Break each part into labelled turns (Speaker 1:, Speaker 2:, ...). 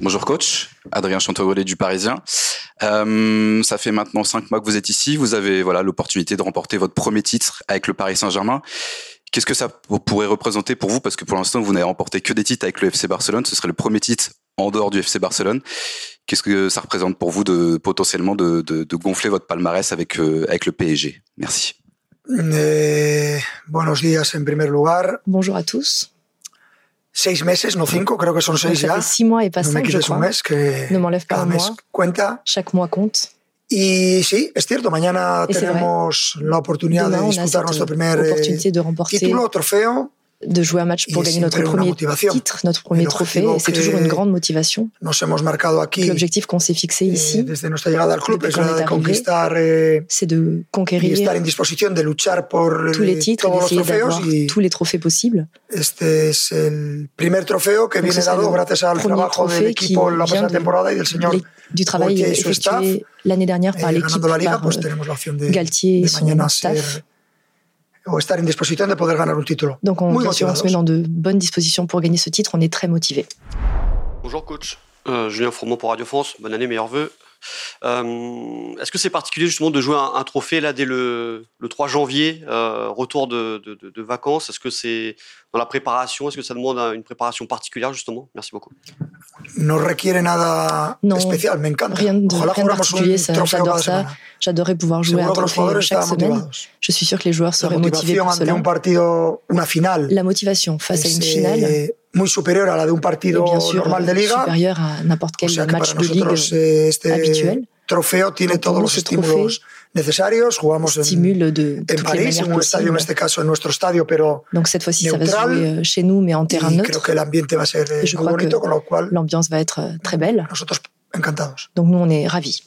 Speaker 1: Bonjour coach, Adrien Chantorollet du Parisien. Euh, ça fait maintenant cinq mois que vous êtes ici. Vous avez voilà l'opportunité de remporter votre premier titre avec le Paris Saint-Germain. Qu'est-ce que ça pourrait représenter pour vous Parce que pour l'instant, vous n'avez remporté que des titres avec le FC Barcelone. Ce serait le premier titre en dehors du FC Barcelone. Qu'est-ce que ça représente pour vous de potentiellement de, de, de gonfler votre palmarès avec, euh, avec le PSG Merci.
Speaker 2: Eh, buenos días en primer lugar.
Speaker 3: Bonjour à tous.
Speaker 2: Seis meses, no cinco, creo que son
Speaker 3: Donc,
Speaker 2: seis
Speaker 3: ça
Speaker 2: ya.
Speaker 3: fait six mois et pas
Speaker 2: No me
Speaker 3: cinq, je
Speaker 2: quites un
Speaker 3: crois.
Speaker 2: mes que
Speaker 3: Ne m'enlève pas
Speaker 2: cada
Speaker 3: un
Speaker 2: mes
Speaker 3: mois.
Speaker 2: cuenta.
Speaker 3: Chaque mois compte.
Speaker 2: Y sí, es cierto, mañana
Speaker 3: Es verdad.
Speaker 2: tenemos la oportunidad
Speaker 3: Demain,
Speaker 2: de
Speaker 3: on a
Speaker 2: disputar
Speaker 3: cette euh,
Speaker 2: nuestro primer eh,
Speaker 3: opportunité de remporter,
Speaker 2: título, trofeo.
Speaker 3: de jouer un match pour
Speaker 2: Et
Speaker 3: gagner
Speaker 2: c'est
Speaker 3: notre
Speaker 2: une
Speaker 3: premier
Speaker 2: motivation.
Speaker 3: titre, notre premier trophée.
Speaker 2: l'objectif
Speaker 3: Et c'est
Speaker 2: que-
Speaker 3: toujours une grande motivation.
Speaker 2: Nos hemos marcado aquí
Speaker 3: L'objectif qu'on s'est fixé
Speaker 2: eh,
Speaker 3: ici,
Speaker 2: desde nuestra llegada al club,
Speaker 3: Desde
Speaker 2: es
Speaker 3: que
Speaker 2: la
Speaker 3: on est
Speaker 2: de
Speaker 3: arrivé.
Speaker 2: conquistar eh,
Speaker 3: c'est de
Speaker 2: y
Speaker 3: conquérir
Speaker 2: estar en disposición de luchar por eh,
Speaker 3: tous les titres,
Speaker 2: todos los
Speaker 3: d'essayer
Speaker 2: trofeos.
Speaker 3: d'avoir
Speaker 2: Y
Speaker 3: tous les trophées possibles.
Speaker 2: este es el primer trofeo que
Speaker 3: Donc, ce
Speaker 2: viene
Speaker 3: sera
Speaker 2: dado
Speaker 3: le
Speaker 2: gracias al
Speaker 3: premier
Speaker 2: trabajo del
Speaker 3: trophée qui
Speaker 2: equipo en la
Speaker 3: vient
Speaker 2: pasada
Speaker 3: de-
Speaker 2: temporada y del señor
Speaker 3: Les- du travail
Speaker 2: Gaultier et son
Speaker 3: effectué l'année dernière
Speaker 2: eh,
Speaker 3: par l'équipe,
Speaker 2: ganando la liga,
Speaker 3: par
Speaker 2: pues
Speaker 3: euh,
Speaker 2: tenemos la opción de,
Speaker 3: Galtier et
Speaker 2: de
Speaker 3: son
Speaker 2: mañana ser
Speaker 3: staff.
Speaker 2: o estar en disposición de poder ganar un título.
Speaker 3: Donc on,
Speaker 2: Muy
Speaker 3: bien sûr, on se met
Speaker 2: motivados.
Speaker 3: dans de bonnes dispositions pour gagner ce titre. On est très motivés.
Speaker 4: Bonjour coach, Euh, Julien Fourmont pour Radio France, bonne année, meilleurs vœux. Euh, Est-ce que c'est particulier justement de jouer un, un trophée là dès le, le 3 janvier, euh, retour de, de- de- de vacances Est-ce que c'est dans la préparation Est-ce que ça demande un- une préparation particulière justement Merci beaucoup.
Speaker 2: No requiere nada
Speaker 3: No,
Speaker 2: especial, me encanta.
Speaker 3: rien de-
Speaker 2: Ojalá
Speaker 3: rien de
Speaker 2: jugáramos
Speaker 3: particulier,
Speaker 2: un
Speaker 3: ça-
Speaker 2: trofeo
Speaker 3: j'adore
Speaker 2: cada
Speaker 3: ça.
Speaker 2: semana.
Speaker 3: J'adorerais pouvoir jouer à un
Speaker 2: Seguro que los
Speaker 3: trophée
Speaker 2: jugadores
Speaker 3: chaque
Speaker 2: estaban
Speaker 3: semaine.
Speaker 2: motivados.
Speaker 3: Je suis sûr que les joueurs
Speaker 2: hein. La hein,
Speaker 3: seraient motivés
Speaker 2: motivación
Speaker 3: pour
Speaker 2: ante
Speaker 3: cela.
Speaker 2: un partido, una final,
Speaker 3: La motivation face à
Speaker 2: es,
Speaker 3: une finale
Speaker 2: eh, muy superior a la de un
Speaker 3: est
Speaker 2: partido
Speaker 3: bien sûr
Speaker 2: normal de
Speaker 3: euh,
Speaker 2: liga.
Speaker 3: supérieure à n'importe
Speaker 2: O
Speaker 3: quel
Speaker 2: sea que para
Speaker 3: match de
Speaker 2: nosotros
Speaker 3: ligue
Speaker 2: eh, este
Speaker 3: habituel.
Speaker 2: trofeo tiene
Speaker 3: Donc, pour
Speaker 2: todos
Speaker 3: nous,
Speaker 2: los
Speaker 3: ce trophée
Speaker 2: estímulos necesarios. Jugamos en,
Speaker 3: stimule de
Speaker 2: en
Speaker 3: toutes les
Speaker 2: París,
Speaker 3: manières
Speaker 2: en un estadio, en
Speaker 3: possibles.
Speaker 2: este caso en nuestro estadio, pero
Speaker 3: Donc cette fois-ci, ça va se
Speaker 2: neutral.
Speaker 3: jouer euh, chez nous, mais en terrain
Speaker 2: y creo
Speaker 3: neutre.
Speaker 2: que el ambiente va a ser eh,
Speaker 3: Et je
Speaker 2: muy
Speaker 3: crois que
Speaker 2: bonito, con lo cual
Speaker 3: L'ambiance va être euh, très belle.
Speaker 2: nosotros encantados.
Speaker 3: Donc nous, on est ravis.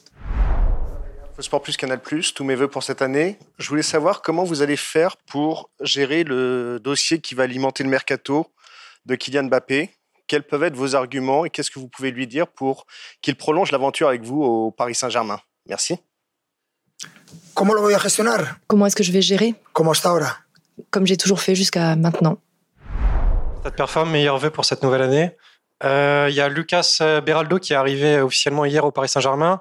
Speaker 5: Sport Plus, Canal Plus, tous mes voeux pour cette année. Je voulais savoir comment vous allez faire pour gérer le dossier qui va alimenter le mercato de Kylian Mbappé. Quels peuvent être vos arguments et qu'est-ce que vous pouvez lui dire pour qu'il prolonge l'aventure avec vous au Paris Saint-Germain Merci.
Speaker 2: ¿Cómo lo voy a gestionar?
Speaker 3: Comment est-ce que je vais gérer
Speaker 2: Como hasta ahora.
Speaker 3: Comme j'ai toujours fait jusqu'à maintenant.
Speaker 6: Ça te performe, meilleurs vœux pour cette nouvelle année. Euh, Il y a Lucas euh, Beraldo qui est arrivé officiellement hier au Paris Saint-Germain.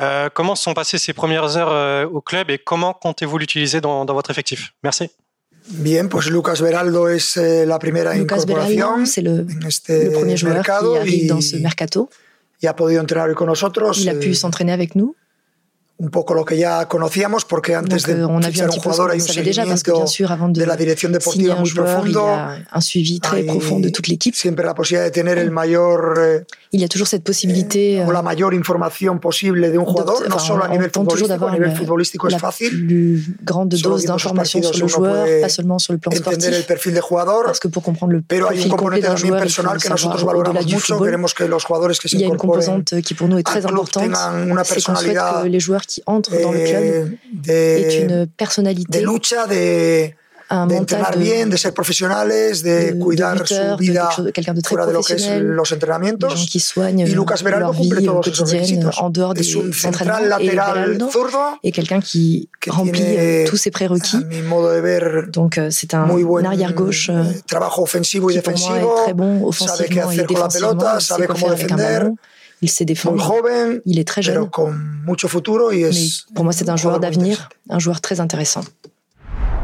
Speaker 6: Euh, comment se sont passées ses premières heures euh, au club et comment comptez-vous l'utiliser dans, dans votre effectif Merci.
Speaker 2: Bien, pues Lucas Beraldo es eh, la primera
Speaker 3: Lucas
Speaker 2: incorporación
Speaker 3: Beraldo, c'est le,
Speaker 2: en
Speaker 3: le
Speaker 2: este
Speaker 3: premier joueur qui
Speaker 2: mercado
Speaker 3: arrive
Speaker 2: y,
Speaker 3: dans ce mercato.
Speaker 2: y ha podido entrenar hoy con nosotros.
Speaker 3: Il a
Speaker 2: eh,
Speaker 3: pu s'entraîner avec nous.
Speaker 2: un poco lo que ya conocíamos, porque antes
Speaker 3: Donc, euh, on
Speaker 2: de
Speaker 3: a vu
Speaker 2: fichar
Speaker 3: un
Speaker 2: un
Speaker 3: petit peu ce
Speaker 2: jugador
Speaker 3: qu'on
Speaker 2: hay un
Speaker 3: savait déjà, parce que
Speaker 2: seguimiento
Speaker 3: bien sûr, avant de
Speaker 2: de la dirección
Speaker 3: signer
Speaker 2: deportiva
Speaker 3: un
Speaker 2: muy
Speaker 3: joueur, il y
Speaker 2: profundo.
Speaker 3: a un suivi très
Speaker 2: Hay
Speaker 3: profond de toute l'équipe.
Speaker 2: Siempre la posibilidad de tener el mayor eh,
Speaker 3: Il y a toujours cette possibilité
Speaker 2: o
Speaker 3: euh,
Speaker 2: la mayor información posible de un jugador,
Speaker 3: Doctor-
Speaker 2: no
Speaker 3: enfin,
Speaker 2: solo a
Speaker 3: on- on
Speaker 2: nivel
Speaker 3: tente toujours
Speaker 2: futbolístico. A
Speaker 3: d'avoir
Speaker 2: nivel
Speaker 3: le-
Speaker 2: futbolístico es
Speaker 3: la
Speaker 2: fácil
Speaker 3: plus grande
Speaker 2: Solo viendo
Speaker 3: dose
Speaker 2: sus
Speaker 3: d'informations
Speaker 2: partidos,
Speaker 3: sur le
Speaker 2: uno
Speaker 3: joueur,
Speaker 2: puede
Speaker 3: pas seulement sur le plan
Speaker 2: entender el
Speaker 3: sportif,
Speaker 2: perfil de jugador,
Speaker 3: parce que pour comprendre le
Speaker 2: pero hay un
Speaker 3: profil
Speaker 2: componente
Speaker 3: complet d'un
Speaker 2: también
Speaker 3: joueur, il faut
Speaker 2: personal
Speaker 3: le
Speaker 2: que nosotros
Speaker 3: savoir au-delà
Speaker 2: valoramos
Speaker 3: du
Speaker 2: mucho.
Speaker 3: football.
Speaker 2: Queremos que los jugadores que se
Speaker 3: Il y a une
Speaker 2: incorporen
Speaker 3: composante qui pour nous est
Speaker 2: al
Speaker 3: très
Speaker 2: club
Speaker 3: importante,
Speaker 2: tengan una
Speaker 3: Ah, c'est qu'on souhaite
Speaker 2: personalidad
Speaker 3: que les joueurs qui entrent dans le club
Speaker 2: eh, de,
Speaker 3: aient une
Speaker 2: de
Speaker 3: personnalité,
Speaker 2: lucha, de,
Speaker 3: un
Speaker 2: de
Speaker 3: mental
Speaker 2: entrenar
Speaker 3: de,
Speaker 2: bien, de ser profesionales, de,
Speaker 3: de- de
Speaker 2: cuidar
Speaker 3: buteur,
Speaker 2: su
Speaker 3: de
Speaker 2: vida
Speaker 3: quelque chose- quelqu'un de très
Speaker 2: fuera de lo que es
Speaker 3: professionnel,
Speaker 2: los
Speaker 3: des gens
Speaker 2: entrenamientos.
Speaker 3: qui soignent
Speaker 2: Y Lucas
Speaker 3: euh,
Speaker 2: Beraldo
Speaker 3: leur
Speaker 2: cumple
Speaker 3: vie euh,
Speaker 2: todos esos
Speaker 3: quotidienne
Speaker 2: requisitos.
Speaker 3: en dehors
Speaker 2: Es
Speaker 3: des
Speaker 2: un central
Speaker 3: entraînements. Et
Speaker 2: lateral
Speaker 3: Beraldo
Speaker 2: zurdo,
Speaker 3: est quelqu'un qui
Speaker 2: que
Speaker 3: remplit
Speaker 2: tiene,
Speaker 3: euh, tous ses
Speaker 2: a
Speaker 3: prérequis.
Speaker 2: mi modo de ver,
Speaker 3: Donc euh, c'est un
Speaker 2: muy buen
Speaker 3: arrière-gauche euh,
Speaker 2: eh, trabajo ofensivo y
Speaker 3: qui pour moi est
Speaker 2: defensivo,
Speaker 3: très bon
Speaker 2: sabe qué
Speaker 3: offensivement et
Speaker 2: hacer con la
Speaker 3: défensivement.
Speaker 2: pelota,
Speaker 3: Il sait
Speaker 2: sabe
Speaker 3: quoi
Speaker 2: cómo
Speaker 3: faire avec un
Speaker 2: defender.
Speaker 3: ballon. Il sait
Speaker 2: muy
Speaker 3: défendre.
Speaker 2: joven,
Speaker 3: Il est très jeune.
Speaker 2: pero con mucho futuro y
Speaker 3: Mais
Speaker 2: es
Speaker 3: pour moi, c'est este un joueur
Speaker 2: jugador muy
Speaker 3: d'avenir,
Speaker 2: interesante.
Speaker 3: un joueur très intéressant.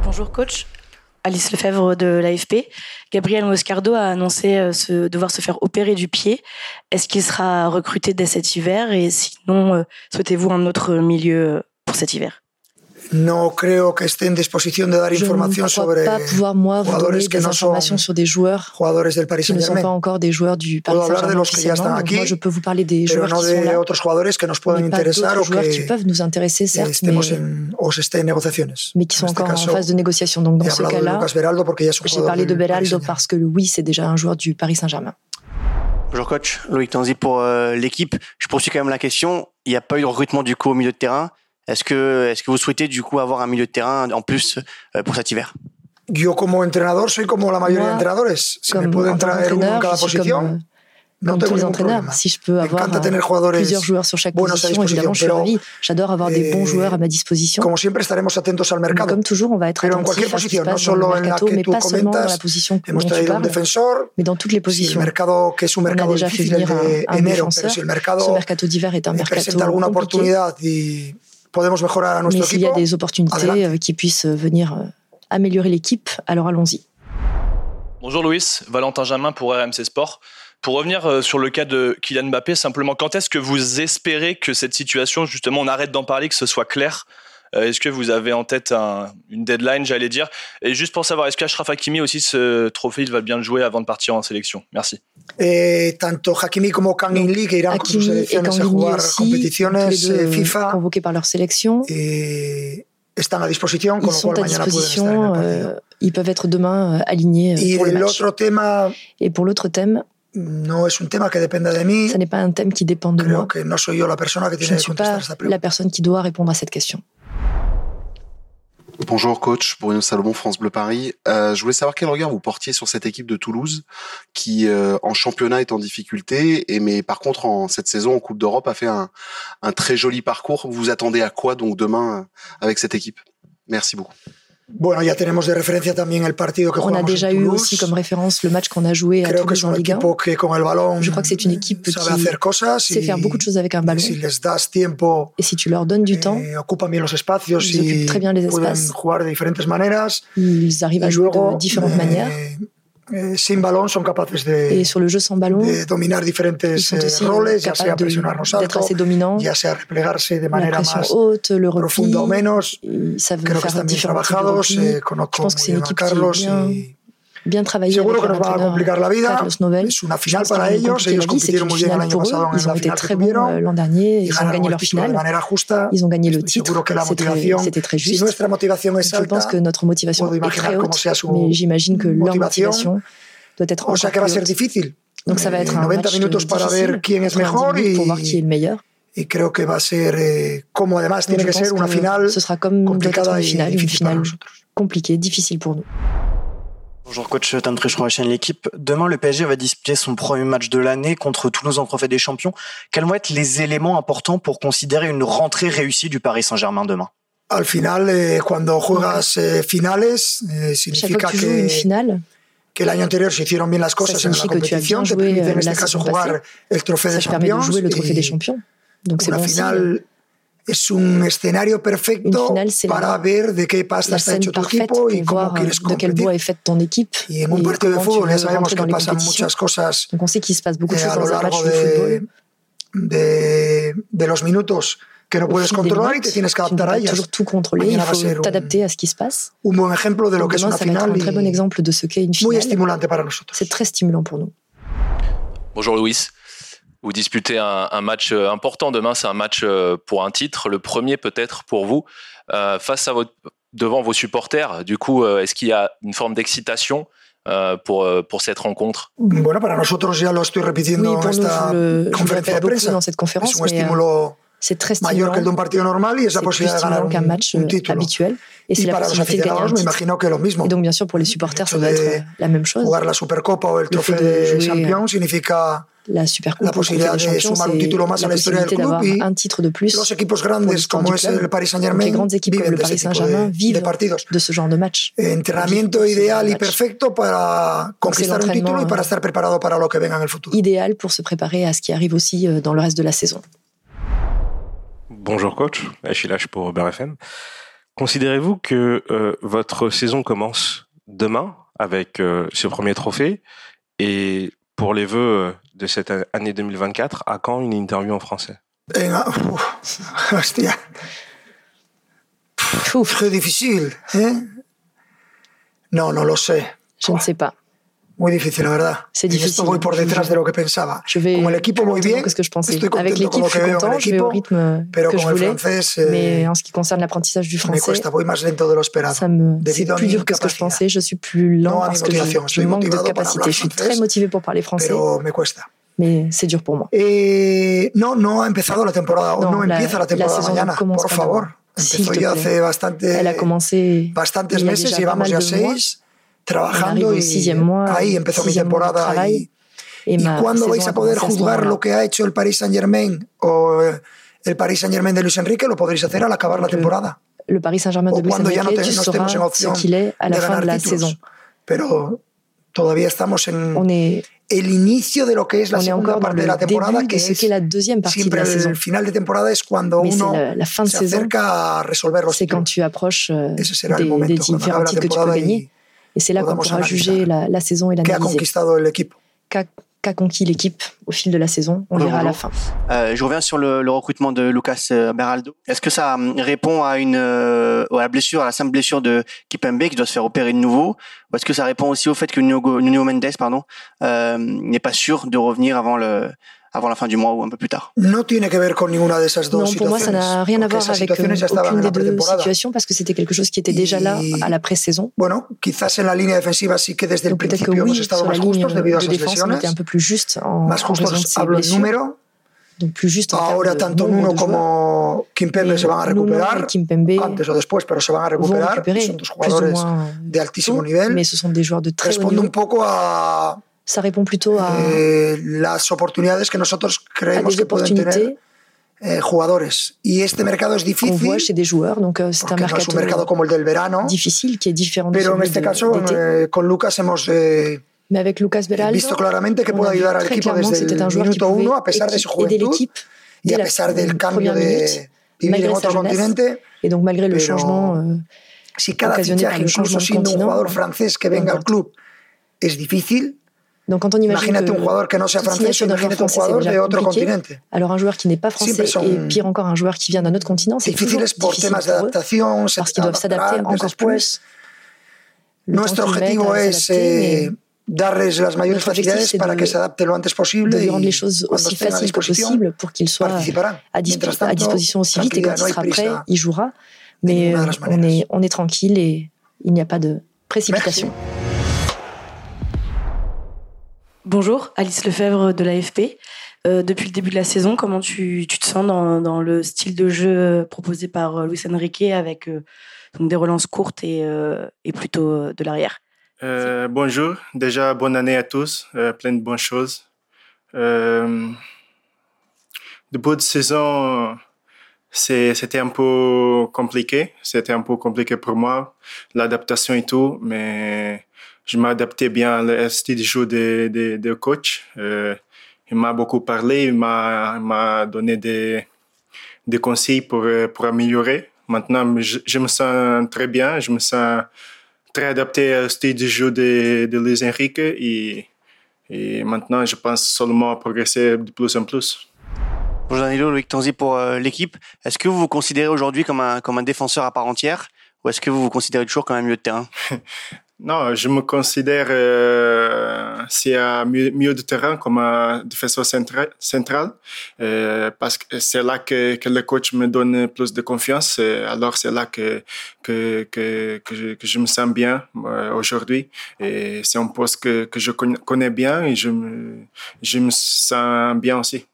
Speaker 7: Bonjour coach, Alice Lefebvre de l'AFP. Gabriel Moscardo a annoncé euh, se- devoir se faire opérer du pied. Est-ce qu'il sera recruté dès cet hiver Et sinon, euh, souhaitez-vous un autre milieu euh, pour cet hiver
Speaker 2: No creo que esté en disposición de dar
Speaker 3: Je
Speaker 2: información
Speaker 3: ne
Speaker 2: sobre
Speaker 3: crois pas pouvoir, moi, vous
Speaker 2: jugadores
Speaker 3: donner
Speaker 2: que
Speaker 3: des
Speaker 2: no
Speaker 3: informations
Speaker 2: son-
Speaker 3: sur des joueurs
Speaker 2: jugadores del Paris
Speaker 3: qui ne sont pas
Speaker 2: Saint-Germain,
Speaker 3: encore des joueurs du Paris
Speaker 2: Puedo hablar de
Speaker 3: Saint-Germain.
Speaker 2: los que ya
Speaker 3: officiellement.
Speaker 2: están
Speaker 3: Donc, Moi,
Speaker 2: aquí,
Speaker 3: je peux vous parler des
Speaker 2: pero
Speaker 3: joueurs
Speaker 2: no
Speaker 3: qui sont
Speaker 2: de
Speaker 3: là,
Speaker 2: otros jugadores que nos puedan
Speaker 3: mais pas
Speaker 2: interesar
Speaker 3: d'autres
Speaker 2: o
Speaker 3: joueurs qui
Speaker 2: que
Speaker 3: peuvent nous intéresser, certes, mais,
Speaker 2: estemos en, o se esté en negociaciones.
Speaker 3: mais qui sont
Speaker 2: En este
Speaker 3: encore en
Speaker 2: caso,
Speaker 3: phase de négociation. Donc, dans
Speaker 2: he
Speaker 3: ce
Speaker 2: hablado de
Speaker 3: cas-là,
Speaker 2: Lucas Beraldo porque ya es un
Speaker 3: j'ai
Speaker 2: jugador
Speaker 3: parlé de
Speaker 2: del Paris
Speaker 3: Beraldo
Speaker 2: Saint-Germain.
Speaker 3: parce que, oui, c'est déjà un joueur du Paris Saint-Germain.
Speaker 8: Bonjour coach, Loïc Tanzi pour euh, l'équipe. Je poursuis quand même la question. Il n'y a pas eu de recrutement du coup au milieu de terrain. Est-ce que, est que vous souhaitez du coup avoir un milieu de terrain en plus euh, pour cet hiver
Speaker 2: Yo como entrenador soy como la mayoría
Speaker 3: Moi,
Speaker 2: de entrenadores. Si me
Speaker 3: Comme en
Speaker 2: pueden
Speaker 3: tant
Speaker 2: traer uno en
Speaker 3: qu'entraîneur,
Speaker 2: cada
Speaker 3: je suis comme euh,
Speaker 2: posición, No tengo
Speaker 3: comme tous les
Speaker 2: ningún
Speaker 3: entraîneurs.
Speaker 2: problema.
Speaker 3: Si je peux
Speaker 2: Me
Speaker 3: avoir
Speaker 2: encanta
Speaker 3: euh,
Speaker 2: tener jugadores
Speaker 3: plusieurs joueurs sur chaque
Speaker 2: buenos a
Speaker 3: position, évidemment, je suis
Speaker 2: disposición,
Speaker 3: ravi. J'adore avoir des
Speaker 2: eh,
Speaker 3: bons joueurs à ma disposition.
Speaker 2: Como siempre estaremos atentos al
Speaker 3: Mais
Speaker 2: mercado.
Speaker 3: comme toujours, on va être
Speaker 2: Pero en
Speaker 3: attentif
Speaker 2: cualquier
Speaker 3: à ce qui se
Speaker 2: posición,
Speaker 3: passe
Speaker 2: no
Speaker 3: dans le
Speaker 2: solo en la
Speaker 3: mercato,
Speaker 2: que
Speaker 3: mais
Speaker 2: tú
Speaker 3: pas seulement dans la
Speaker 2: comentas,
Speaker 3: position dont
Speaker 2: Hemos
Speaker 3: tu
Speaker 2: traído un
Speaker 3: parles,
Speaker 2: defensor.
Speaker 3: mais dans toutes les
Speaker 2: Si el
Speaker 3: positions.
Speaker 2: mercado, que es un
Speaker 3: On a
Speaker 2: mercado
Speaker 3: déjà fait
Speaker 2: difícil el
Speaker 3: venir un,
Speaker 2: de
Speaker 3: un
Speaker 2: enero, pero
Speaker 3: défenseur.
Speaker 2: si el
Speaker 3: Ce
Speaker 2: mercado
Speaker 3: mercato d'hiver est un
Speaker 2: eh,
Speaker 3: mercato
Speaker 2: presenta alguna
Speaker 3: compliqué,
Speaker 2: oportunidad y podemos mejorar a
Speaker 3: mais
Speaker 2: nuestro
Speaker 3: s'il y a
Speaker 2: equipo,
Speaker 3: des opportunités
Speaker 2: adelante.
Speaker 3: euh, qui puissent euh, venir euh, améliorer l'équipe, alors allons-y.
Speaker 9: Bonjour Louis, Valentin Jamin pour RMC Sport. Pour revenir euh, sur le cas de Kylian Mbappé, simplement, quand est-ce que vous espérez que cette situation, justement, on arrête d'en parler, que ce soit clair Euh, Est-ce que vous avez en tête un- une deadline, j'allais dire Et juste pour savoir, est-ce qu'Ashraf Hakimi aussi, ce trophée, il va bien le jouer avant de partir en sélection Merci.
Speaker 2: eh, tanto Hakimi como Kang In Lee que irán con sus
Speaker 3: Hakimi et
Speaker 2: selecciones a
Speaker 3: Kangini
Speaker 2: jugar
Speaker 3: aussi, tous
Speaker 2: competiciones
Speaker 3: les
Speaker 2: eh,
Speaker 3: deux euh,
Speaker 2: FIFA,
Speaker 3: convoqués par leur sélection.
Speaker 2: eh, están a disposición,
Speaker 3: Ils
Speaker 2: con lo
Speaker 3: sont
Speaker 2: cual
Speaker 3: à
Speaker 2: mañana pueden estar en el
Speaker 3: disposition,
Speaker 2: partido.
Speaker 3: euh, ils peuvent être demain euh, alignés euh,
Speaker 2: y
Speaker 3: pour le
Speaker 2: el
Speaker 3: match.
Speaker 2: otro tema
Speaker 3: Et pour l'autre thème,
Speaker 2: no es un tema que dependa de mí.
Speaker 3: ça n'est pas un thème qui dépend de
Speaker 2: Creo
Speaker 3: moi.
Speaker 2: que no soy yo la persona que
Speaker 3: Je
Speaker 2: tiene
Speaker 3: ne
Speaker 2: que
Speaker 3: suis pas
Speaker 2: contestar esta
Speaker 3: la
Speaker 2: pregunta.
Speaker 3: personne qui doit répondre à cette question.
Speaker 10: Bonjour coach, Bruno Salomon, France Bleu Paris. Euh, je voulais savoir quel regard vous portiez sur cette équipe de Toulouse qui euh, en championnat est en difficulté et mais par contre en cette saison en Coupe d'Europe a fait un, un très joli parcours. Vous vous attendez à quoi donc demain euh, avec cette équipe Merci beaucoup.
Speaker 2: Bueno, ya tenemos de referencia también el partido que
Speaker 3: On a
Speaker 2: jugamos
Speaker 3: déjà
Speaker 2: en
Speaker 3: eu
Speaker 2: Toulouse.
Speaker 3: aussi comme référence le match qu'on a joué à
Speaker 2: Creo que es
Speaker 3: Toulouse en
Speaker 2: un
Speaker 3: Ligue 1.
Speaker 2: equipo que con el balón
Speaker 3: Je crois que c'est une équipe
Speaker 2: sabe
Speaker 3: qui
Speaker 2: hacer cosas
Speaker 3: sait
Speaker 2: y
Speaker 3: faire beaucoup de choses avec un ballon.
Speaker 2: si les das tiempo
Speaker 3: Et si tu leur donnes du temps,
Speaker 2: eh, ocupan bien los espacios
Speaker 3: Ils
Speaker 2: y
Speaker 3: occupent très bien les
Speaker 2: pueden
Speaker 3: espaces.
Speaker 2: jugar de diferentes maneras
Speaker 3: ils arrivent à
Speaker 2: y
Speaker 3: jouer
Speaker 2: luego
Speaker 3: de différentes
Speaker 2: eh,
Speaker 3: manières.
Speaker 2: eh, sin balón son capaces de,
Speaker 3: Et sur le jeu sans ballon,
Speaker 2: de dominar
Speaker 3: ils
Speaker 2: diferentes
Speaker 3: sont
Speaker 2: eh,
Speaker 3: aussi euh,
Speaker 2: roles, ya sea
Speaker 3: capables de-
Speaker 2: presionarnos
Speaker 3: d'être
Speaker 2: alto,
Speaker 3: assez dominants.
Speaker 2: ya sea replegarse de
Speaker 3: La
Speaker 2: manera
Speaker 3: pression
Speaker 2: más
Speaker 3: haute, le repli,
Speaker 2: profunda o menos.
Speaker 3: ils savent
Speaker 2: Creo que
Speaker 3: faire
Speaker 2: están bien
Speaker 3: différents types de
Speaker 2: trabajados,
Speaker 3: replis,
Speaker 2: eh, conozco
Speaker 3: pense que
Speaker 2: muy
Speaker 3: c'est
Speaker 2: bien
Speaker 3: une
Speaker 2: a
Speaker 3: équipe qui est
Speaker 2: Carlos
Speaker 3: bien-
Speaker 2: y
Speaker 3: bien travailler
Speaker 2: seguro
Speaker 3: avec
Speaker 2: que
Speaker 3: leur
Speaker 2: nos va a
Speaker 3: entraîneur,
Speaker 2: complicar la vida.
Speaker 3: Carlos Novel.
Speaker 2: Es una
Speaker 3: Je
Speaker 2: final
Speaker 3: pense qu'on va
Speaker 2: para
Speaker 3: leur
Speaker 2: ellos,
Speaker 3: compliquer
Speaker 2: ellos
Speaker 3: la vie, c'est
Speaker 2: compitieron
Speaker 3: une
Speaker 2: muy bien el
Speaker 3: finale
Speaker 2: año
Speaker 3: pour eux.
Speaker 2: pasado en
Speaker 3: Ils ont
Speaker 2: la
Speaker 3: été
Speaker 2: final que
Speaker 3: très bons euh,
Speaker 2: tuvieron.
Speaker 3: l'an dernier,
Speaker 2: y
Speaker 3: ils ont
Speaker 2: ganaron
Speaker 3: gagné
Speaker 2: el
Speaker 3: leur
Speaker 2: título de
Speaker 3: finale,
Speaker 2: manera justa.
Speaker 3: ils ont gagné le
Speaker 2: Estoy
Speaker 3: titre,
Speaker 2: seguro que la
Speaker 3: C'est très-
Speaker 2: motivación,
Speaker 3: c'était très
Speaker 2: Si
Speaker 3: juste.
Speaker 2: nuestra motivación es
Speaker 3: Je pense
Speaker 2: alta,
Speaker 3: que notre motivation
Speaker 2: puedo
Speaker 3: est
Speaker 2: imaginar
Speaker 3: très
Speaker 2: cómo
Speaker 3: haute,
Speaker 2: sea su
Speaker 3: mais j'imagine que leur
Speaker 2: motivación.
Speaker 3: motivation doit être
Speaker 2: o sea
Speaker 3: encore
Speaker 2: que
Speaker 3: plus
Speaker 2: va a ser
Speaker 3: haute.
Speaker 2: difícil.
Speaker 3: Donc ça va
Speaker 2: Eh,
Speaker 3: être un
Speaker 2: 90
Speaker 3: match euh,
Speaker 2: minutos para
Speaker 3: difficile,
Speaker 2: ver quién es
Speaker 3: 90
Speaker 2: mejor
Speaker 3: minutes pour voir qui est
Speaker 2: y,
Speaker 3: le meilleur.
Speaker 2: y creo que va a ser eh, como además
Speaker 3: Donc,
Speaker 2: tiene
Speaker 3: je
Speaker 2: que
Speaker 3: pense
Speaker 2: ser una
Speaker 3: que
Speaker 2: final
Speaker 3: ce sera comme doit être
Speaker 2: complicada
Speaker 3: une
Speaker 2: y
Speaker 3: finale, une
Speaker 2: difícil para
Speaker 3: finale
Speaker 2: nosotros.
Speaker 3: compliquée, difficile pour nous.
Speaker 11: Bonjour coach Tom Trichon, la chaîne L'équipe. Demain, le PSG va disputer son premier match de l'année contre Toulouse en trophée des champions. Quels vont être les éléments importants pour considérer une rentrée réussie du Paris Saint-Germain demain
Speaker 2: Al final, eh, cuando juegas eh, finales, eh,
Speaker 3: Chaque fois
Speaker 2: significa
Speaker 3: que tu joues une
Speaker 2: que,
Speaker 3: finale,
Speaker 2: que el año anterior se hicieron bien las cosas en la
Speaker 3: significa que tu as bien
Speaker 2: competición, te
Speaker 3: joué,
Speaker 2: permite
Speaker 3: eh,
Speaker 2: en este
Speaker 3: la
Speaker 2: caso
Speaker 3: saison
Speaker 2: jugar el trofeo
Speaker 3: ça
Speaker 2: de
Speaker 3: te permet de
Speaker 2: Champions.
Speaker 3: jouer le trophée des
Speaker 2: y
Speaker 3: champions. Donc c'est
Speaker 2: una
Speaker 3: bon signe.
Speaker 2: final es un escenario perfecto
Speaker 3: final, c'est la-
Speaker 2: para ver de qué pasta
Speaker 3: La
Speaker 2: está
Speaker 3: scène
Speaker 2: hecho tu
Speaker 3: parfaite
Speaker 2: equipo
Speaker 3: pour
Speaker 2: y cómo
Speaker 3: voir euh,
Speaker 2: quieres
Speaker 3: de quel bois
Speaker 2: competir.
Speaker 3: est faite ton équipe
Speaker 2: Y
Speaker 3: et
Speaker 2: en un
Speaker 3: comment tu
Speaker 2: partido de fútbol ya
Speaker 3: veux
Speaker 2: sabemos
Speaker 3: rentrer
Speaker 2: que
Speaker 3: dans les
Speaker 2: pasan
Speaker 3: compétitions.
Speaker 2: muchas cosas
Speaker 3: Donc on sait qu'il se passe beaucoup de
Speaker 2: eh,
Speaker 3: choses
Speaker 2: a lo
Speaker 3: dans un match
Speaker 2: largo
Speaker 3: de
Speaker 2: de,
Speaker 3: football.
Speaker 2: de, de los minutos que no
Speaker 3: Au
Speaker 2: puedes
Speaker 3: fil des
Speaker 2: controlar y
Speaker 3: minutes,
Speaker 2: te tienes que
Speaker 3: tu ne peux
Speaker 2: adaptar a
Speaker 3: pas
Speaker 2: ellas.
Speaker 3: toujours tout contrôler, il
Speaker 2: Mañana va ser
Speaker 3: faut
Speaker 2: un-
Speaker 3: t'adapter à ce qui se passe.
Speaker 2: Un buen ejemplo de lo que es
Speaker 3: Demain,
Speaker 2: una
Speaker 3: ça va être
Speaker 2: final
Speaker 3: un très bon
Speaker 2: y
Speaker 3: exemple de ce qu'est une
Speaker 2: muy
Speaker 3: finale.
Speaker 2: estimulante para nosotros.
Speaker 3: C'est très stimulant pour nous.
Speaker 12: Bonjour Louis. Vous disputez un, un match euh, important demain, c'est un match euh, pour un titre, le premier peut-être pour vous, Euh, face à votre, devant vos supporters. Du coup, euh, est-ce qu'il y a une forme d'excitation euh, pour, euh, pour cette rencontre
Speaker 2: Bueno, para nosotros ya lo estoy
Speaker 3: Oui,
Speaker 2: repitiendo
Speaker 3: pour
Speaker 2: en
Speaker 3: nous,
Speaker 2: esta
Speaker 3: je le, je le
Speaker 2: conferencia de
Speaker 3: répète beaucoup
Speaker 2: prensa.
Speaker 3: dans cette
Speaker 2: es
Speaker 3: conférence,
Speaker 2: un
Speaker 3: mais euh,
Speaker 2: estímulo
Speaker 3: c'est très
Speaker 2: mayor
Speaker 3: stimulant.
Speaker 2: que el de un partido normal y es
Speaker 3: C'est
Speaker 2: la
Speaker 3: plus
Speaker 2: posibilidad de ganar
Speaker 3: stimulant qu'un
Speaker 2: un,
Speaker 3: match
Speaker 2: un
Speaker 3: euh,
Speaker 2: título.
Speaker 3: habituel. Et c'est
Speaker 2: Y
Speaker 3: la
Speaker 2: para los
Speaker 3: possibilité de gagner un
Speaker 2: aficionados me
Speaker 3: titre.
Speaker 2: imagino que lo mismo.
Speaker 3: Et donc, bien sûr, pour les supporters, ça doit être euh, la même chose.
Speaker 2: Jugar la Supercopa o el
Speaker 3: Le fait
Speaker 2: trofeo
Speaker 3: de
Speaker 2: de
Speaker 3: jouer,
Speaker 2: Champions significa
Speaker 3: La Super Coupe
Speaker 2: la possibilidad de
Speaker 3: Champions,
Speaker 2: sumar un
Speaker 3: c'est
Speaker 2: título más
Speaker 3: la
Speaker 2: a la historia del
Speaker 3: possibilité
Speaker 2: club
Speaker 3: d'avoir
Speaker 2: y
Speaker 3: un titre de plus
Speaker 2: los equipos
Speaker 3: pour
Speaker 2: grandes
Speaker 3: l'histoire
Speaker 2: como
Speaker 3: du
Speaker 2: es
Speaker 3: club.
Speaker 2: el Paris Saint
Speaker 3: Donc, les
Speaker 2: Germain
Speaker 3: pues, grandes équipes
Speaker 2: viven
Speaker 3: comme le
Speaker 2: de ese
Speaker 3: Paris
Speaker 2: tipo de,
Speaker 3: Saint-Germain
Speaker 2: de
Speaker 3: vivent
Speaker 2: partidos.
Speaker 3: de ce genre de match.
Speaker 2: Entrenamiento
Speaker 3: Vivent de ce
Speaker 2: ideal
Speaker 3: genre de
Speaker 2: y
Speaker 3: match. Pues,
Speaker 2: perfecto para conquistar un
Speaker 3: l'entraînement,
Speaker 2: título y para
Speaker 3: euh,
Speaker 2: estar preparado para lo que venga en el futuro.
Speaker 3: Idéal pour se préparer à ce qui arrive aussi euh, dans le reste de la saison.
Speaker 13: Bonjour coach, Achille H pour BRFM. Considérez-vous que euh, votre saison commence demain avec euh, ce premier trophée et pour les vœux euh, de cette a- année 2024, à quand une interview en français
Speaker 2: En- uf, hostia,
Speaker 3: Ouf,
Speaker 2: qué difícil, ¿eh? No, no lo sé.
Speaker 3: je ne sais pas.
Speaker 2: Muy difícil, la verdad.
Speaker 3: C'est
Speaker 2: En esto
Speaker 3: difficile.
Speaker 2: voy por
Speaker 3: Je-
Speaker 2: detrás
Speaker 3: je-
Speaker 2: de lo que pensaba.
Speaker 3: Je vais
Speaker 2: Como el equipo muy
Speaker 3: plus
Speaker 2: bien,
Speaker 3: que ce que je pensais.
Speaker 2: estoy contento
Speaker 3: Avec
Speaker 2: con
Speaker 3: l'équipe,
Speaker 2: lo
Speaker 3: je suis
Speaker 2: que veo en el
Speaker 3: content, je vais au
Speaker 2: equipo,
Speaker 3: rythme euh,
Speaker 2: pero
Speaker 3: que je
Speaker 2: con el
Speaker 3: voulais.
Speaker 2: francés
Speaker 3: Mais
Speaker 2: eh,
Speaker 3: en ce qui concerne l'apprentissage du
Speaker 2: me
Speaker 3: français,
Speaker 2: cuesta, voy más lento de lo esperado.
Speaker 3: ça me c'est
Speaker 2: Debido a
Speaker 3: plus
Speaker 2: mi
Speaker 3: dur que ce que je
Speaker 2: incapacité.
Speaker 3: pensais. Je suis plus
Speaker 2: Non,
Speaker 3: lent
Speaker 2: à
Speaker 3: parce
Speaker 2: mes
Speaker 3: que je,
Speaker 2: motivations. Je
Speaker 3: je
Speaker 2: suis
Speaker 3: manque de
Speaker 2: motivado par la
Speaker 3: capacité. Je suis
Speaker 2: française,
Speaker 3: très motivé pour parler français,
Speaker 2: Pero me cuesta.
Speaker 3: mais c'est dur pour moi.
Speaker 2: Eh, no, no ha empezado la temporada, o
Speaker 3: No,
Speaker 2: no
Speaker 3: la-
Speaker 2: empieza la
Speaker 3: la
Speaker 2: temporada
Speaker 3: saison
Speaker 2: mañana,
Speaker 3: commence
Speaker 2: por
Speaker 3: pas
Speaker 2: favor.
Speaker 3: demain. S'il
Speaker 2: Empezó
Speaker 3: te
Speaker 2: ya
Speaker 3: plaît.
Speaker 2: hace bastante,
Speaker 3: Elle a commencé
Speaker 2: bastantes
Speaker 3: il y a
Speaker 2: meses,
Speaker 3: déjà pas
Speaker 2: llevamos
Speaker 3: mal
Speaker 2: ya
Speaker 3: de mois.
Speaker 2: seis
Speaker 3: On
Speaker 2: trabajando
Speaker 3: arrive au
Speaker 2: y
Speaker 3: sixième mois,
Speaker 2: ahí empezó mi
Speaker 3: sixième mois de
Speaker 2: temporada
Speaker 3: travail.
Speaker 2: y
Speaker 3: Y
Speaker 2: ¿Y
Speaker 3: ma
Speaker 2: cuándo
Speaker 3: saison
Speaker 2: vais
Speaker 3: a
Speaker 2: a poder
Speaker 3: comenzado a este
Speaker 2: juzgar
Speaker 3: momento.
Speaker 2: lo que ha hecho el Paris Saint-Germain o eh, el Paris Saint-Germain de Luis Enrique? Lo podréis hacer al acabar la temporada.
Speaker 3: Le Paris Saint-Germain
Speaker 2: O
Speaker 3: de Luis
Speaker 2: cuando ya no,
Speaker 3: Enrique,
Speaker 2: te-
Speaker 3: tu
Speaker 2: no
Speaker 3: sauras
Speaker 2: estemos en opción
Speaker 3: ce qu'il est à la fin
Speaker 2: ganar
Speaker 3: de la
Speaker 2: títulos.
Speaker 3: saison.
Speaker 2: Pero todavía estamos en
Speaker 3: On est,
Speaker 2: el inicio de lo que es la
Speaker 3: on est
Speaker 2: segunda
Speaker 3: encore dans
Speaker 2: parte de
Speaker 3: le
Speaker 2: la temporada,
Speaker 3: début de
Speaker 2: que
Speaker 3: ce
Speaker 2: es
Speaker 3: qu'est la deuxième partie de
Speaker 2: siempre
Speaker 3: la saison.
Speaker 2: el final de temporada es cuando
Speaker 3: Mais c'est
Speaker 2: uno
Speaker 3: la, la fin de
Speaker 2: se
Speaker 3: saison.
Speaker 2: acerca a resolver los
Speaker 3: C'est quand tu approches euh,
Speaker 2: será el
Speaker 3: des,
Speaker 2: momento,
Speaker 3: des
Speaker 2: cuando
Speaker 3: différents
Speaker 2: acabe la
Speaker 3: titres que tu peux
Speaker 2: temporada y
Speaker 3: gagner. Et c'est là qu'on
Speaker 2: podamos
Speaker 3: pourra
Speaker 2: analizar
Speaker 3: juger la, la saison et
Speaker 2: que ha
Speaker 3: l'analyser.
Speaker 2: conquistado el equipo.
Speaker 3: Qu'a qu'a conquis l'équipe au fil de la saison On verra à la fin.
Speaker 14: Euh, je reviens sur le, le recrutement de Lucas euh, Beraldo. Est-ce que ça hum, répond à une euh, à la blessure, à la simple blessure de Kipembe qui doit se faire opérer de nouveau Ou est-ce que ça répond aussi au fait que Nuno, Nuno Mendes pardon, euh, n'est pas sûr de revenir avant, le, avant la fin du mois ou un peu plus tard
Speaker 2: No tiene que ver con ninguna de esas dos
Speaker 3: Non, pour moi,
Speaker 2: situaciones.
Speaker 3: ça n'a rien à
Speaker 2: porque
Speaker 3: voir
Speaker 2: esas
Speaker 3: avec
Speaker 2: situaciones ya
Speaker 3: euh,
Speaker 2: estaban
Speaker 3: aucune
Speaker 2: en
Speaker 3: des
Speaker 2: la
Speaker 3: deux
Speaker 2: pretemporada.
Speaker 3: situations parce que c'était quelque chose qui était déjà là à la pré-saison.
Speaker 2: Bueno, quizás en la línea defensiva sí que desde el
Speaker 3: Peut-être que
Speaker 2: principio hemos
Speaker 3: oui,
Speaker 2: estado
Speaker 3: sur la
Speaker 2: más
Speaker 3: ligne
Speaker 2: justos debido a
Speaker 3: de
Speaker 2: esas
Speaker 3: défense, on était
Speaker 2: lesiones.
Speaker 3: un peu plus juste en,
Speaker 2: Más
Speaker 3: en raison de
Speaker 2: justos
Speaker 3: ces
Speaker 2: hablo en
Speaker 3: blessures.
Speaker 2: número.
Speaker 3: Donc plus juste en
Speaker 2: Ahora
Speaker 3: termes de
Speaker 2: tanto
Speaker 3: nombre
Speaker 2: Nuno
Speaker 3: de joueurs.
Speaker 2: como Kimpembe
Speaker 3: Mais
Speaker 2: se van a
Speaker 3: Nuno
Speaker 2: recuperar
Speaker 3: et Kimpembe
Speaker 2: antes o después, pero se van a
Speaker 3: vont
Speaker 2: recuperar.
Speaker 3: récupérer
Speaker 2: Son dos
Speaker 3: plus ou
Speaker 2: jugadores
Speaker 3: moins
Speaker 2: de altísimo
Speaker 3: tôt,
Speaker 2: nivel.
Speaker 3: mais ce sont des joueurs de très haut
Speaker 2: Responde
Speaker 3: niveau.
Speaker 2: un poco a
Speaker 3: Ça répond plutôt à,
Speaker 2: eh, las oportunidades que nosotros
Speaker 3: à
Speaker 2: creemos
Speaker 3: des
Speaker 2: que pueden tener
Speaker 3: opportunités
Speaker 2: eh, jugadores. Y este mercado es
Speaker 3: qu'on voit
Speaker 2: difícil
Speaker 3: chez des joueurs. Donc euh, c'est un
Speaker 2: porque no es
Speaker 3: mercato
Speaker 2: un mercado como el del verano,
Speaker 3: difficile qui est différent de
Speaker 2: pero en
Speaker 3: celui
Speaker 2: este
Speaker 3: de-
Speaker 2: caso
Speaker 3: d'été.
Speaker 2: eh, con Lucas hemos eh,
Speaker 3: Mais avec Lucas Beraldo,
Speaker 2: visto claramente que
Speaker 3: on
Speaker 2: puede
Speaker 3: a vu
Speaker 2: ayudar al
Speaker 3: très
Speaker 2: equipo
Speaker 3: clairement que
Speaker 2: desde
Speaker 3: c'était un
Speaker 2: el
Speaker 3: joueur qui
Speaker 2: minuto
Speaker 3: pouvait
Speaker 2: uno, a pesar de su
Speaker 3: équi- aider
Speaker 2: juventud
Speaker 3: l'équipe
Speaker 2: y
Speaker 3: dès
Speaker 2: a
Speaker 3: la
Speaker 2: pesar del cambio
Speaker 3: première minute,
Speaker 2: de vivir en
Speaker 3: malgré sa
Speaker 2: otro
Speaker 3: jeunesse.
Speaker 2: continente.
Speaker 3: Et donc malgré le
Speaker 2: Pero
Speaker 3: changement euh,
Speaker 2: Si cada
Speaker 3: occasionné par
Speaker 2: fichaje,
Speaker 3: le
Speaker 2: incluso
Speaker 3: changement de
Speaker 2: siendo un
Speaker 3: continent.
Speaker 2: jugador francés que venga al club, es difícil,
Speaker 3: Donc quand on imagine
Speaker 2: imagínate
Speaker 3: que
Speaker 2: un jugador que no sea
Speaker 3: toute
Speaker 2: francés,
Speaker 3: signature d'un joueur
Speaker 2: imagínate un
Speaker 3: français, c'est
Speaker 2: jugador de
Speaker 3: déjà
Speaker 2: otro
Speaker 3: compliqué.
Speaker 2: continente.
Speaker 3: Alors un joueur qui n'est pas
Speaker 2: Siempre
Speaker 3: français
Speaker 2: son
Speaker 3: et pire encore un joueur qui vient d'un autre continent, c'est toujours
Speaker 2: Difíciles por
Speaker 3: difficile
Speaker 2: temas de
Speaker 3: pour eux
Speaker 2: adaptación, se
Speaker 3: parce qu'ils doivent s'adapter
Speaker 2: adaptarán antes,
Speaker 3: encore
Speaker 2: después.
Speaker 3: plus. Le temps
Speaker 2: Nuestro
Speaker 3: qu'ils mettent
Speaker 2: objetivo
Speaker 3: à
Speaker 2: es
Speaker 3: s'adapter,
Speaker 2: eh,
Speaker 3: mais
Speaker 2: darles las mayores
Speaker 3: Notre objectif,
Speaker 2: facilidades
Speaker 3: c'est
Speaker 2: para
Speaker 3: de-
Speaker 2: que se adapte lo antes
Speaker 3: de
Speaker 2: posible
Speaker 3: lui rendre les
Speaker 2: y
Speaker 3: choses
Speaker 2: cuando
Speaker 3: aussi
Speaker 2: estén a
Speaker 3: faciles que
Speaker 2: disposition
Speaker 3: possible pour qu'il soit
Speaker 2: participarán.
Speaker 3: à, dis-
Speaker 2: Mientras
Speaker 3: à
Speaker 2: tanto,
Speaker 3: disposition aussi vite et
Speaker 2: tranquilidad,
Speaker 3: quand
Speaker 2: no
Speaker 3: il
Speaker 2: hay
Speaker 3: sera prêt,
Speaker 2: prisa.
Speaker 3: il jouera.
Speaker 2: de
Speaker 3: Mais
Speaker 2: ninguna de
Speaker 3: euh,
Speaker 2: las
Speaker 3: on
Speaker 2: maneras.
Speaker 3: est, on est tranquille et il n'y a pas de précipitation.
Speaker 7: Bonjour, Alice Lefebvre de l'AFP. Euh, depuis le début de la saison, comment tu, tu te sens dans, dans le style de jeu proposé par euh, Luis Enrique avec euh, donc des relances courtes et, euh, et plutôt euh, de l'arrière
Speaker 5: Euh, bonjour, déjà bonne année à tous, euh, plein de bonnes choses. Euh, début de saison, c'est- c'était un peu compliqué, c'était un peu compliqué pour moi, l'adaptation et tout, mais je m'adaptais bien au style de jeu de, de, de coach. Euh, il m'a beaucoup parlé, il m'a il m'a donné des, des conseils pour, euh, pour améliorer. Maintenant, je, je me sens très bien, je me sens très adapté au style de jeu de, de Luis Enrique et, et maintenant, je pense seulement à progresser de plus en plus.
Speaker 14: Bonjour Danilo, Loïc Tanzi pour euh, l'équipe. Est-ce que vous vous considérez aujourd'hui comme un, comme un défenseur à part entière ou est-ce que vous vous considérez toujours comme un milieu de terrain
Speaker 5: Non, je me considère, euh, c'est un milieu, milieu de terrain comme un défenseur central, central euh, parce que c'est là que, que le coach me donne plus de confiance. euh, Alors, c'est là que, que, que, que, je, que je me sens bien euh, aujourd'hui. Et c'est un poste que, que je conna- connais bien et je me, je me sens bien aussi.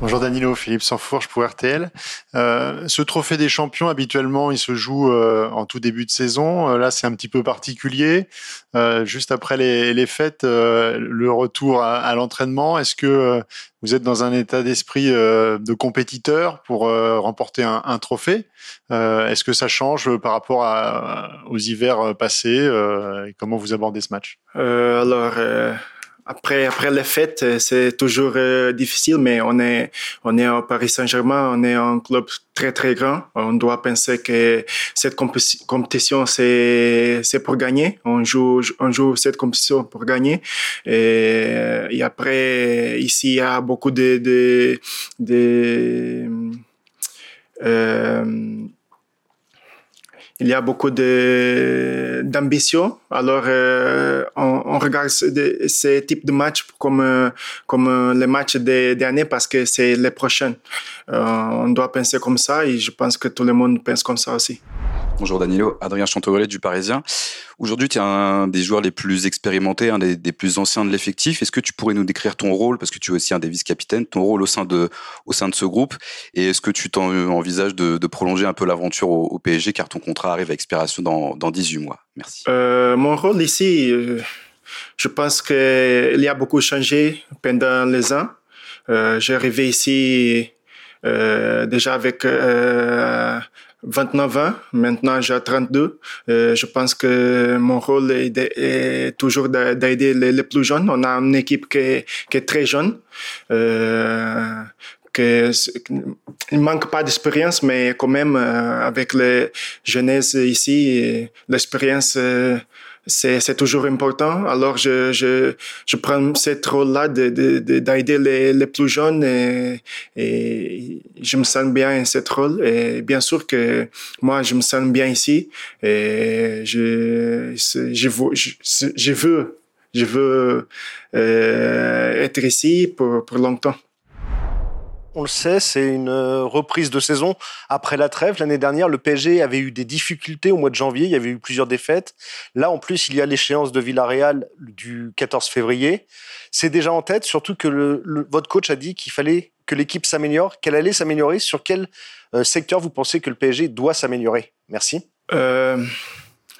Speaker 15: Bonjour Danilo, Philippe Sansfourche pour RTL. Euh, ce trophée des champions, habituellement, il se joue euh, en tout début de saison. Euh, là, c'est un petit peu particulier. Euh, juste après les, les fêtes, euh, le retour à, à l'entraînement. Est-ce que euh, vous êtes dans un état d'esprit euh, de compétiteur pour euh, remporter un, un trophée Euh, Est-ce que ça change euh, par rapport à- aux hivers euh, passés euh, et Comment vous abordez ce match
Speaker 5: Euh, alors, euh, après, après les fêtes, euh, c'est toujours euh, difficile, mais on est, on est au Paris Saint-Germain, on est un club très, très grand. On doit penser que cette compé- compétition, c'est, c'est pour gagner. On joue, on joue cette compétition pour gagner. Et, et après, ici, il y a beaucoup de, de, de euh, il y a beaucoup de d'ambition. Alors, euh, on, on regarde ce, de- ce type de match comme euh, comme euh, les matchs des des années parce que c'est les prochaines. Euh, on doit penser comme ça et je pense que tout le monde pense comme ça aussi.
Speaker 1: Bonjour Danilo, Adrien Chantorelet du Parisien. Aujourd'hui, tu es un des joueurs les plus expérimentés, un des, des plus anciens de l'effectif. Est-ce que tu pourrais nous décrire ton rôle, parce que tu es aussi un des vice-capitaines, ton rôle au sein de, au sein de ce groupe Et est-ce que tu t'en- euh, envisages de, de prolonger un peu l'aventure au, au PSG, car ton contrat arrive à expiration dans, dans 18 mois Merci.
Speaker 5: Euh, mon rôle ici, euh,
Speaker 15: Je pense qu'il y a beaucoup changé pendant les ans. Euh, j'ai arrivé ici euh, déjà avec euh, 29 ans, maintenant j'ai 32. Euh, je pense que mon rôle est, de- est toujours d'a- d'aider les, les plus jeunes. On a une équipe qui est, qui est très jeune. Euh, que c- il manque pas d'expérience, mais quand même euh, avec la jeunesse ici, euh, l'expérience euh, c'est c'est toujours important. Alors je je je prends cette rôle là de de- de- d'aider les les plus jeunes et, et je me sens bien dans cette rôle et bien sûr que moi je me sens bien ici et je c'est- je veux je, c'est- je veux je veux euh, être ici pour pour longtemps.
Speaker 5: On le sait, c'est une euh, reprise de saison après la trêve. L'année dernière, le PSG avait eu des difficultés au mois de janvier. Il y avait eu plusieurs défaites. Là, en plus, il y a l'échéance de Villarreal du 14 février. C'est déjà en tête, surtout que le- le- votre coach a dit qu'il fallait que l'équipe s'améliore, qu'elle allait s'améliorer. Sur quel euh, secteur vous pensez que le PSG doit s'améliorer Merci.
Speaker 15: Euh,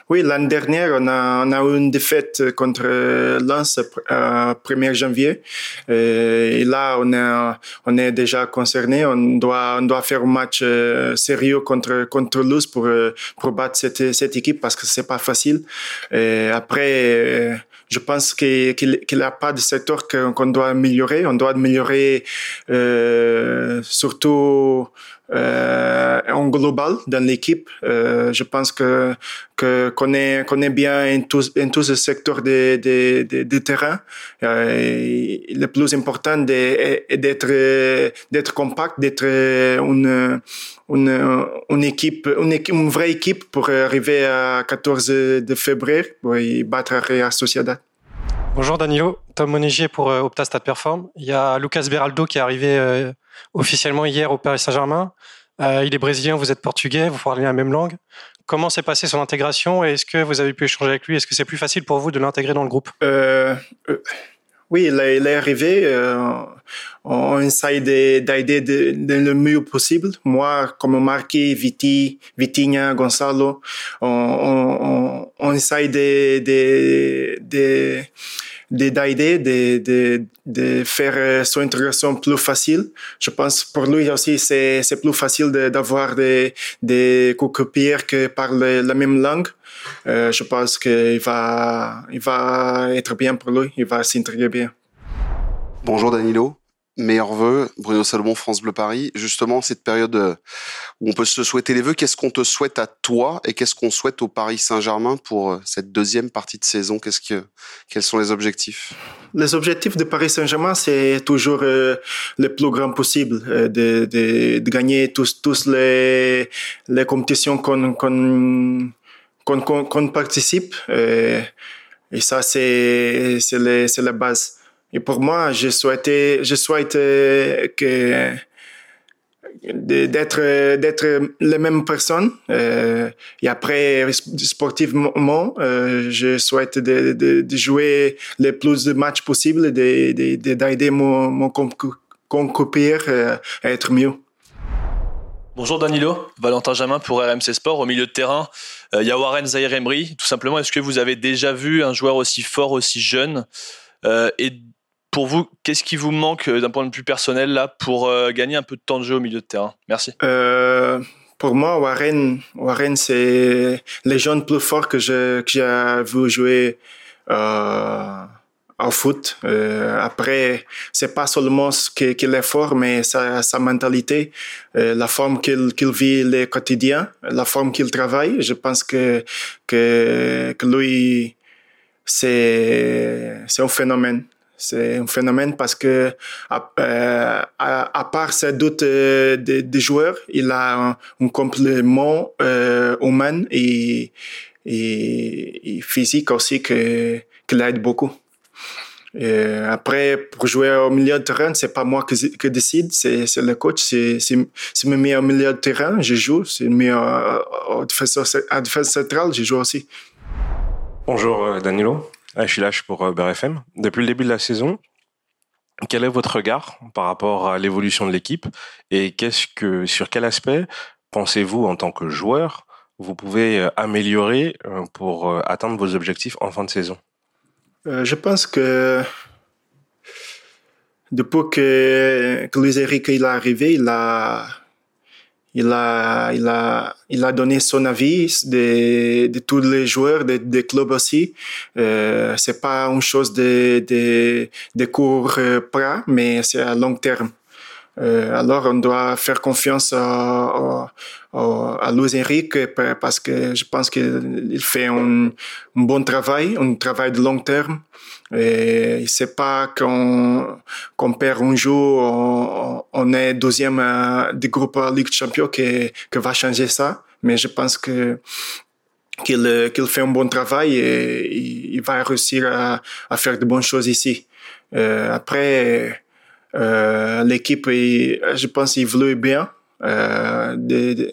Speaker 15: oui, l'année dernière, on a, on a eu une défaite contre euh, Lens euh, pr- euh, 1er janvier. Euh, et là, on est, on est déjà concerné. On doit, on doit faire un match euh, sérieux contre, contre Luz pour, euh, pour battre cette, cette équipe parce que c'est pas facile. Et après, euh, je pense que- qu'il qu'il n'y a pas de secteur que- qu'on doit améliorer. On doit améliorer euh, surtout euh, en global dans l'équipe. Euh, je pense que que- qu'on est qu'on est bien en tous en tous les secteurs des des des, des terrains. Euh, et le plus important de- est est d'être euh, d'être compact, d'être euh, une une, une équipe, une équipe, une vraie équipe pour arriver à 14 de février pour y battre Real Sociedad.
Speaker 6: Bonjour Danilo, Tom Monégier pour euh, Opta Stade Perform. Il y a Lucas Beraldo qui est arrivé euh, officiellement hier au Paris Saint-Germain. Euh, il est brésilien, vous êtes portugais, vous parlez la même langue. Comment s'est passée son intégration et est-ce que vous avez pu échanger avec lui Est-ce que c'est plus facile pour vous de l'intégrer dans le groupe
Speaker 15: Euh, euh, oui, il est, il est arrivé. euh, on on essaye de- d'aider de- de le mieux possible. Moi, comme Marquis, Viti, Vitinha, Gonzalo, on, on, on, on essaye de, de, de, de- d'aider, de, de, de faire euh, son intégration plus facile. Je pense pour lui aussi, c'est, c'est plus facile de- d'avoir des, des coéquipiers qui parlent la même langue. Euh, je pense qu'il va, il va être bien pour lui, il va s'intégrer bien.
Speaker 10: Bonjour Danilo, meilleurs vœux, Bruno Salomon, France Bleu Paris. Justement, cette période euh, où on peut se souhaiter les vœux, qu'est-ce qu'on te souhaite à toi et qu'est-ce qu'on souhaite au Paris Saint-Germain pour euh, cette deuxième partie de saison Qu'est-ce que, Quels sont les objectifs
Speaker 15: Les objectifs de Paris Saint-Germain, c'est toujours euh, le plus grand possible, euh, de, de, de gagner tous, tous les, les compétitions qu'on qu'on qu'on qu'on- qu'on participe. euh, et ça, c'est c'est le- c'est la base. Et pour moi, je souhaitais, je souhaite euh, que de- d'être d'être la même personne Euh, et après sportivement euh, je souhaite de, de, de jouer le plus de matchs possible de de- de- d'aider mon mon concou- concupir, euh, à être mieux
Speaker 9: Bonjour Danilo, Valentin Jamin pour RMC Sport. Au milieu de terrain, euh, il y a Warren Zahir Emery. Tout simplement, est-ce que vous avez déjà vu un joueur aussi fort, aussi jeune Euh, Et pour vous, qu'est-ce qui vous manque euh, d'un point de vue personnel là pour euh, gagner un peu de temps de jeu au milieu de terrain Merci.
Speaker 15: Euh, pour moi, Warren, Warren c'est les jeunes plus forts que j'ai que j'ai vu jouer euh, au foot. Euh, après, c'est pas seulement ce que- qu'il est fort, mais sa, sa mentalité, euh, la forme qu'il qu'il vit le quotidien, la forme qu'il travaille. Je pense que, que, que lui, c'est c'est un phénomène. C'est un phénomène parce que à, euh, à, à part ses doutes euh, des des joueurs, il a un, un complément euh, humain et, et, et physique aussi que que l'aide beaucoup. Euh, après, pour jouer au milieu de terrain, c'est pas moi qui, qui décide, c'est, c'est le coach. C'est, c'est, c'est me met au milieu de terrain, je joue. C'est euh, me met au- au défenseur- à défense centrale, euh, je joue aussi.
Speaker 13: Bonjour euh, Danilo, Achille H pour euh, BRFM. Depuis le début de la saison, quel est votre regard par rapport à l'évolution de l'équipe et qu'est-ce que, sur quel aspect pensez-vous en tant que joueur vous pouvez euh, améliorer euh, pour euh, atteindre vos objectifs en fin de saison
Speaker 15: Euh, je pense que depuis que, que Luis Enrique il est arrivé, il a, il a, il a, il a donné son avis de, de tous les joueurs des des clubs aussi. Euh, c'est pas une chose de, de, de court euh, plat, mais c'est à long terme. Euh, alors, on doit faire confiance à, à, à Luis Enrique pa- parce que je pense qu'il fait un, un bon travail, un travail de long terme. Et c'est pas qu'on qu'on perd un jour, on, on est deuxième euh, du groupe Ligue Champion que, que va changer ça. Mais je pense que qu'il euh, qu'il fait un bon travail et il, il va réussir à, à faire de bonnes choses ici. Euh, après, euh, l'équipe, il- je pense, évolue bien euh, de, de,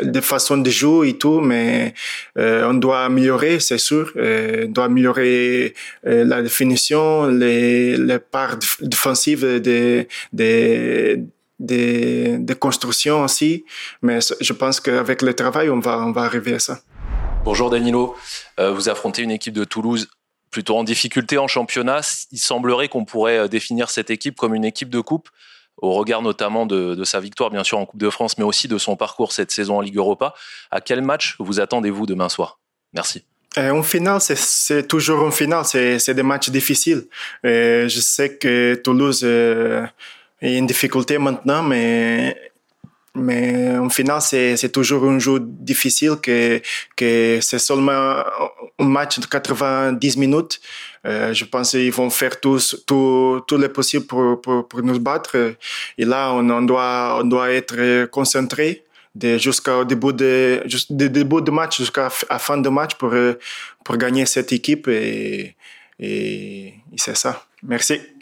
Speaker 15: de façon de jouer et tout, mais euh, on doit améliorer, c'est sûr. Euh, on doit améliorer euh, la définition, les, les parts dif- défensives des des des des constructions aussi. Mais c- je pense qu'avec le travail, on va, on va arriver à ça.
Speaker 12: Bonjour Danilo, Euh, vous affrontez une équipe de Toulouse plutôt en difficulté en championnat. Il semblerait qu'on pourrait euh, définir cette équipe comme une équipe de coupe, au regard notamment de, de sa victoire bien sûr en Coupe de France, mais aussi de son parcours cette saison en Ligue Europa. À quel match vous attendez-vous demain soir Merci.
Speaker 15: Euh, en finale, c'est- c'est toujours en finale, c'est c'est des matchs difficiles. Euh, je sais que Toulouse euh, est en difficulté maintenant, mais mais en finale, c'est c'est toujours un jeu difficile que que c'est seulement un match de 90 minutes. Euh, je pense qu'ils vont faire tous tout tout le possible pour pour, pour nous battre. Et là, on, on doit on doit être concentré de- jusqu'au début de, jus- du début de match jusqu'à f- à fin de match pour, euh, pour gagner cette équipe et, et, et c'est ça. Merci.